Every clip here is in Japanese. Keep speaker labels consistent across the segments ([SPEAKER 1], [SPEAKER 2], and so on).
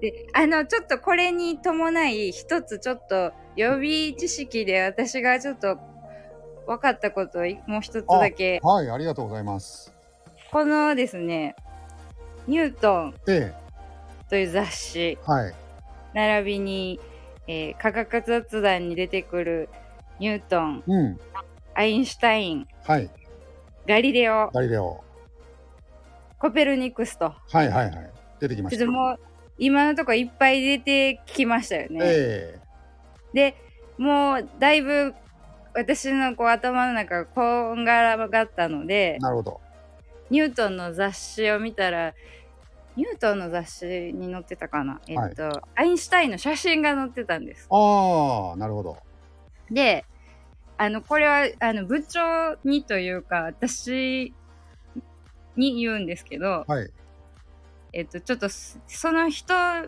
[SPEAKER 1] で、あの、ちょっとこれに伴い、一つちょっと予備知識で私がちょっと分かったことをもう一つだけ。
[SPEAKER 2] はい、ありがとうございます。
[SPEAKER 1] このですね、ニュートン
[SPEAKER 2] え
[SPEAKER 1] という雑誌、
[SPEAKER 2] え、はい。
[SPEAKER 1] 並びに、えー科学雑談に出てくるニュートン、
[SPEAKER 2] うん。
[SPEAKER 1] アインシュタイン、
[SPEAKER 2] はい。
[SPEAKER 1] ガリレオ、
[SPEAKER 2] ガリレオ。
[SPEAKER 1] コペルニクスと。
[SPEAKER 2] はいはいはい。出てきま
[SPEAKER 1] ちょ
[SPEAKER 2] し。
[SPEAKER 1] ったともう、今のところいっぱい出てきましたよね。
[SPEAKER 2] え
[SPEAKER 1] でもうだいぶ私のこう頭の中がこんがらがったの
[SPEAKER 2] え
[SPEAKER 1] で
[SPEAKER 2] なるほど。
[SPEAKER 1] ニュートンの雑誌を見たらニュートンの雑誌に載ってたかな、えっとアインシュタインの写真が載ってたんです。
[SPEAKER 2] ああ、なるほど。
[SPEAKER 1] であのこれはあの部長にというか私に言うんですけど、
[SPEAKER 2] はい。
[SPEAKER 1] えっと、ちょっとそその人々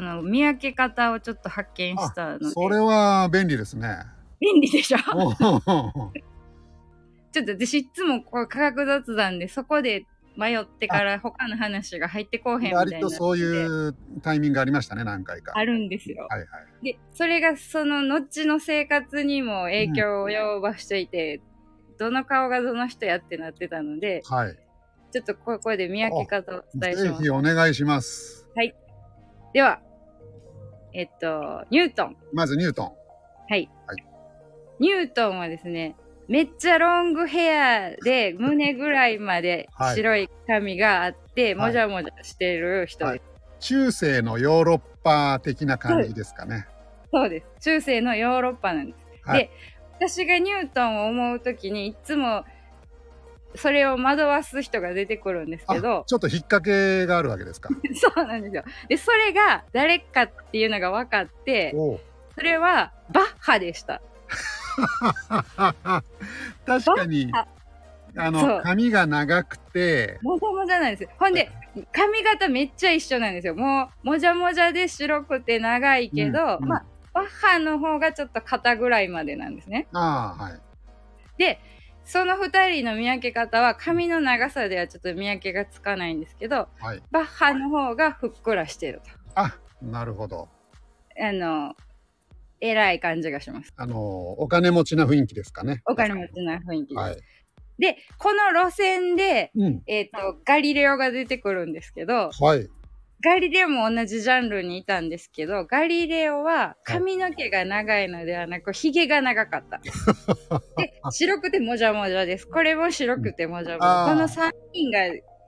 [SPEAKER 1] の見分け方をちょっと発見したので
[SPEAKER 2] それは便利ですね。
[SPEAKER 1] 便利でしょ
[SPEAKER 2] おー
[SPEAKER 1] ちょっと私いつもこう科学雑談でそこで迷ってから他の話が入ってこうへんみたいな
[SPEAKER 2] 割とそういうタイミングありましたね、何回か。
[SPEAKER 1] あるんですよ。
[SPEAKER 2] はいはい。
[SPEAKER 1] でそれがその後の生活にも影響を及ぼしていて、どの顔がどの人やってなってたので
[SPEAKER 2] はい。
[SPEAKER 1] ちょっとここで見分け方をお伝えし
[SPEAKER 2] ぜ
[SPEAKER 1] ます
[SPEAKER 2] ひ。お願いします。
[SPEAKER 1] ではえっとニュートン
[SPEAKER 2] まずニュートン。
[SPEAKER 1] はい、
[SPEAKER 2] はい
[SPEAKER 1] ニュートンはですねめっちゃロングヘアで胸ぐらいまで
[SPEAKER 2] はい
[SPEAKER 1] 白い髪があって、
[SPEAKER 2] はい
[SPEAKER 1] もじゃもじゃしてる人です、
[SPEAKER 2] はい中世のヨーロッパ的な感じですかね。
[SPEAKER 1] そうです中世のヨーロッパなんです、
[SPEAKER 2] はい
[SPEAKER 1] で私がニュートンを思う時にいつもそれを惑わす人が出てくるんですけ
[SPEAKER 2] あ
[SPEAKER 1] ど
[SPEAKER 2] ちょっと引っ掛けがあるわけですか。
[SPEAKER 1] そうなんですよでそれが誰かっていうのが分かって
[SPEAKER 2] おう
[SPEAKER 1] それはバッハでした
[SPEAKER 2] 確かに
[SPEAKER 1] あ、
[SPEAKER 2] あ
[SPEAKER 1] そ
[SPEAKER 2] の、
[SPEAKER 1] う
[SPEAKER 2] 髪が長くて、
[SPEAKER 1] もじゃもじゃなんですよほんで髪型めっちゃ一緒なんですよもうもじゃもじゃで白くて長いけど、
[SPEAKER 2] うんうん
[SPEAKER 1] まあ、バッハの方がちょっと肩ぐらいまでなんですね
[SPEAKER 2] ああ、はい。
[SPEAKER 1] でその2人の見分け方は髪の長さではちょっと見分けがつかないんですけど
[SPEAKER 2] はい。
[SPEAKER 1] バッハの方がふっくらしてる
[SPEAKER 2] あ、なるほど。
[SPEAKER 1] とあの偉い感じがします
[SPEAKER 2] あの、お金持ちな雰囲気ですかね。
[SPEAKER 1] お金持ちな雰囲気です、
[SPEAKER 2] はい。
[SPEAKER 1] でこの路線で、
[SPEAKER 2] うん。
[SPEAKER 1] えっとガリレオが出てくるんですけど
[SPEAKER 2] はい。
[SPEAKER 1] ガリレオも同じジャンルにいたんですけどガリレオは髪の毛が長いのではなくひげが長かった で白くてもじゃもじゃですこれも白くてもじゃもじ
[SPEAKER 2] あ
[SPEAKER 1] ゃ
[SPEAKER 2] ー
[SPEAKER 1] この3人が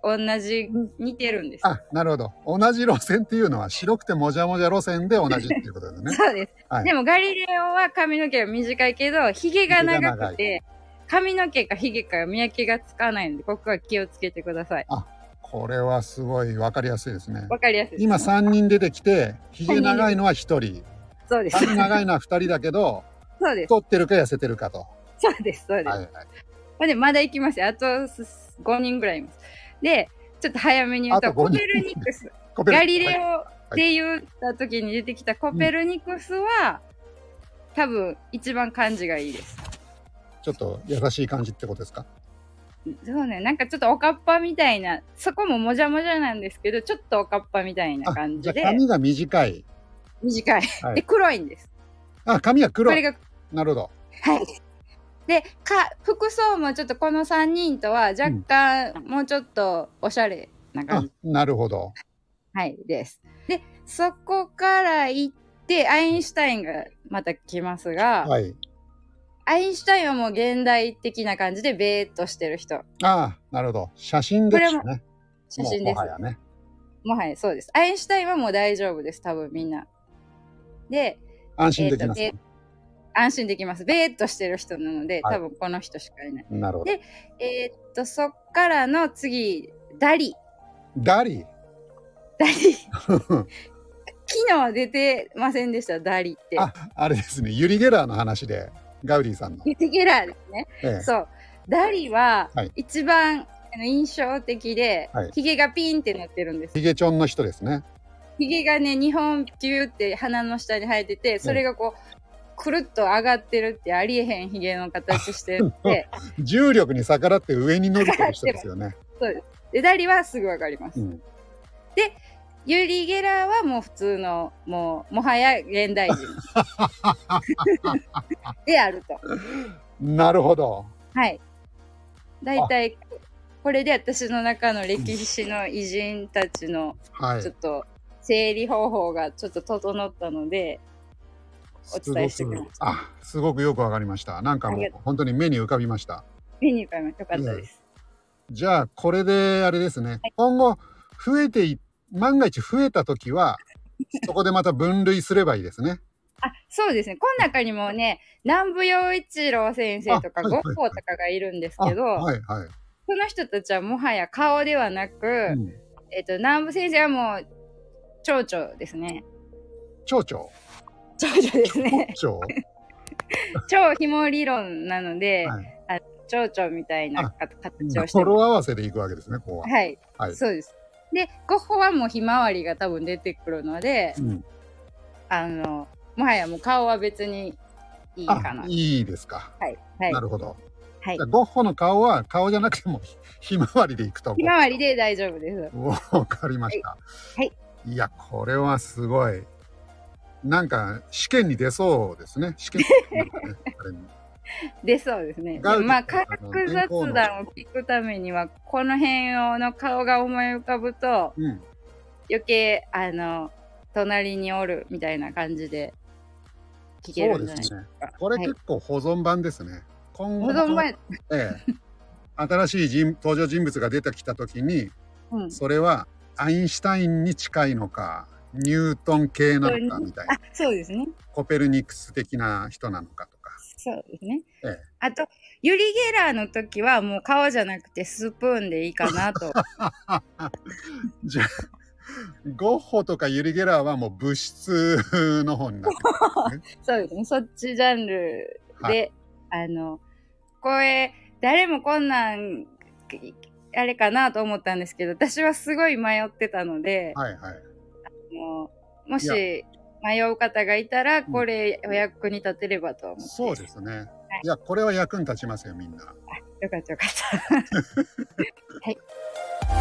[SPEAKER 1] 同じ似てるんです
[SPEAKER 2] あ、なるほど。同じ路線っていうのは白くてもじゃもじゃ路線で同じっていうこ とですね。
[SPEAKER 1] そうです、
[SPEAKER 2] はい
[SPEAKER 1] でもガリレオは髪の毛が短いけどひげが長くて髪の毛かひげか見分けがつかないのでここは気をつけてください
[SPEAKER 2] これはすごいわかりやすいですね。
[SPEAKER 1] わかりやすいです
[SPEAKER 2] 今3人出てきて、ひげ長いのは1人、
[SPEAKER 1] そうです
[SPEAKER 2] 髪長いのは2人だけど、
[SPEAKER 1] そうです
[SPEAKER 2] 太ってるか痩せてるかと。
[SPEAKER 1] そうですそうです、
[SPEAKER 2] はいはい。
[SPEAKER 1] まあでもまだ行きますよ。あとす5人ぐらいいます。で、ちょっと早めに言う
[SPEAKER 2] あ
[SPEAKER 1] と、
[SPEAKER 2] と5
[SPEAKER 1] コ
[SPEAKER 2] 人
[SPEAKER 1] ペルニ クス、
[SPEAKER 2] コペル
[SPEAKER 1] ガリレ
[SPEAKER 2] はい
[SPEAKER 1] オって言った時に出てきたコペルニクスは、多分一番感じがいいです。
[SPEAKER 2] ちょっと優しい感じってことですか
[SPEAKER 1] そうね、なんかちょっとおかっぱみたいな、そこももじゃもじゃなんですけど、ちょっとおかっぱみたいな
[SPEAKER 2] あ
[SPEAKER 1] 感
[SPEAKER 2] じ
[SPEAKER 1] じ
[SPEAKER 2] ゃ
[SPEAKER 1] で
[SPEAKER 2] あ、髪が短い。
[SPEAKER 1] 短い。
[SPEAKER 2] はい
[SPEAKER 1] で、黒いんです。
[SPEAKER 2] あ、髪は
[SPEAKER 1] こ
[SPEAKER 2] 黒
[SPEAKER 1] れ
[SPEAKER 2] い。
[SPEAKER 1] が、
[SPEAKER 2] なるほど。
[SPEAKER 1] はい。で、か、服装もちょっとこの3人とは若干、もうちょっとおしゃれな感
[SPEAKER 2] あ
[SPEAKER 1] じ。、
[SPEAKER 2] なるほど。
[SPEAKER 1] はい、です。で、そこから行って、アインシュタインがまた来ますが、
[SPEAKER 2] はい。
[SPEAKER 1] アインシュタインはもう現代的な感じで、べーっとしてる人。
[SPEAKER 2] あなるほど。写真です
[SPEAKER 1] こ
[SPEAKER 2] ね。
[SPEAKER 1] 写真です
[SPEAKER 2] もうもは。やね。
[SPEAKER 1] もはや、そうです。アインシュタインはもう大丈夫です、多分みんな。で、
[SPEAKER 2] 安心できます
[SPEAKER 1] えー
[SPEAKER 2] ね
[SPEAKER 1] と。安心できます。べーっとしてる人なので、
[SPEAKER 2] はい
[SPEAKER 1] 多分この人しかいない。
[SPEAKER 2] なるほど
[SPEAKER 1] で。えーっと、そっからの次、ダリ。
[SPEAKER 2] ダリ。
[SPEAKER 1] ダリ。昨日は出てませんでした、ダリって。
[SPEAKER 2] あ、あれですね。ユリ・ゲラーの話で、ガウディさんの。
[SPEAKER 1] ユテゲラーですね。
[SPEAKER 2] ええ
[SPEAKER 1] そう。ダリは
[SPEAKER 2] はい
[SPEAKER 1] 一番あの印象的で
[SPEAKER 2] はい、
[SPEAKER 1] ひげがピンってなってるんです。
[SPEAKER 2] ヒゲチョンの人ですね。
[SPEAKER 1] ひげがね、2本ピューって鼻の下に生えてて、それがこう、くるっと上がってるってありえへんひげの形してて、
[SPEAKER 2] 重力に逆 らって上に伸びてる人ですよね。
[SPEAKER 1] で、ダリはすぐわかります。
[SPEAKER 2] うん。
[SPEAKER 1] ユーリ・ゲラーはもう普通の、もう、もはや現代人。であると。
[SPEAKER 2] なるほど。
[SPEAKER 1] はい。大体、これで私の中の歴史の偉人たちの、
[SPEAKER 2] は
[SPEAKER 1] ちょっ
[SPEAKER 2] い。
[SPEAKER 1] と、整理方法がちょっと整ったので、お伝えしてください
[SPEAKER 2] すごくあ、すごくよくわかりました。なんかも
[SPEAKER 1] あ
[SPEAKER 2] う
[SPEAKER 1] りが
[SPEAKER 2] 本当に目に浮かびました。
[SPEAKER 1] 見に行かれましたよかったです。
[SPEAKER 2] じゃあこれであれですね。今後増えてい万が一増えた 時はそこでまた分類すればいいですね。
[SPEAKER 1] あ、そうですね。この中にもね、南部陽一郎先生とか、
[SPEAKER 2] あはい
[SPEAKER 1] 五
[SPEAKER 2] はいはい
[SPEAKER 1] 校とかがいるんです
[SPEAKER 2] あ
[SPEAKER 1] けど、
[SPEAKER 2] はいはい。
[SPEAKER 1] その人たちはもはや顔ではなく、
[SPEAKER 2] うん
[SPEAKER 1] えっと、南部先生はもう、蝶々ですね。
[SPEAKER 2] 蝶々。
[SPEAKER 1] 蝶々ですね。
[SPEAKER 2] 蝶々。
[SPEAKER 1] 蝶ひも理論なので、
[SPEAKER 2] はい。
[SPEAKER 1] 蝶々みたいなか形をして
[SPEAKER 2] 語
[SPEAKER 1] る
[SPEAKER 2] 呂合わせでいくわけですね。ここは。
[SPEAKER 1] はい、
[SPEAKER 2] はい。
[SPEAKER 1] そうです。で、ゴッホはもうひまわりが多分出てくるので、
[SPEAKER 2] うん。
[SPEAKER 1] あの、もはやもう顔は別にいいか
[SPEAKER 2] あ
[SPEAKER 1] な。、
[SPEAKER 2] いいですか。
[SPEAKER 1] はい、はい
[SPEAKER 2] な、るほど。
[SPEAKER 1] はい
[SPEAKER 2] じゃあゴッホの顔は顔じゃなくても ひひまわりでいくと。
[SPEAKER 1] ひまわりで大丈夫です。
[SPEAKER 2] わかりました。
[SPEAKER 1] はい
[SPEAKER 2] いや、これはすごい。なんか試験に出そうですね。試験 なんかねあれに
[SPEAKER 1] 出そうですね。
[SPEAKER 2] ガウディ
[SPEAKER 1] まあ、科学雑談を聞くためには、この辺の顔が思い浮かぶと、
[SPEAKER 2] うん。
[SPEAKER 1] 余計、あの、隣におるみたいな感じで聞け
[SPEAKER 2] そ
[SPEAKER 1] る
[SPEAKER 2] うん
[SPEAKER 1] じゃない
[SPEAKER 2] で
[SPEAKER 1] ですすか。
[SPEAKER 2] ね。これ結構保存版ですね。今
[SPEAKER 1] 保
[SPEAKER 2] 後
[SPEAKER 1] 存版、
[SPEAKER 2] ええ新しい人登場人物が出てきたときに、
[SPEAKER 1] うん、
[SPEAKER 2] それはアインシュタインに近いのか、ニュートン系なのかみたいな
[SPEAKER 1] あ、そうですね。
[SPEAKER 2] コペルニクス的な人なのかとか。
[SPEAKER 1] そうですね。
[SPEAKER 2] ええ
[SPEAKER 1] あと、ユリ・ゲラーの時はもう顔じゃなくてスプーンでいいかなと。
[SPEAKER 2] じゃあ、ゴッホとかユリ・ゲラーはもう物質の方になって
[SPEAKER 1] そうですね。そっちジャンル
[SPEAKER 2] は
[SPEAKER 1] で、あの、これ、誰もこんなん、あれかなと思ったんですけど、私はすごい迷ってたので、
[SPEAKER 2] はいはい。
[SPEAKER 1] もうも
[SPEAKER 2] いや
[SPEAKER 1] し迷う方がいたら、
[SPEAKER 2] ん
[SPEAKER 1] これお役に立てればと思って。
[SPEAKER 2] そうですね。い、や、これは役に立ちますよ、みんな。
[SPEAKER 1] よかったよかった。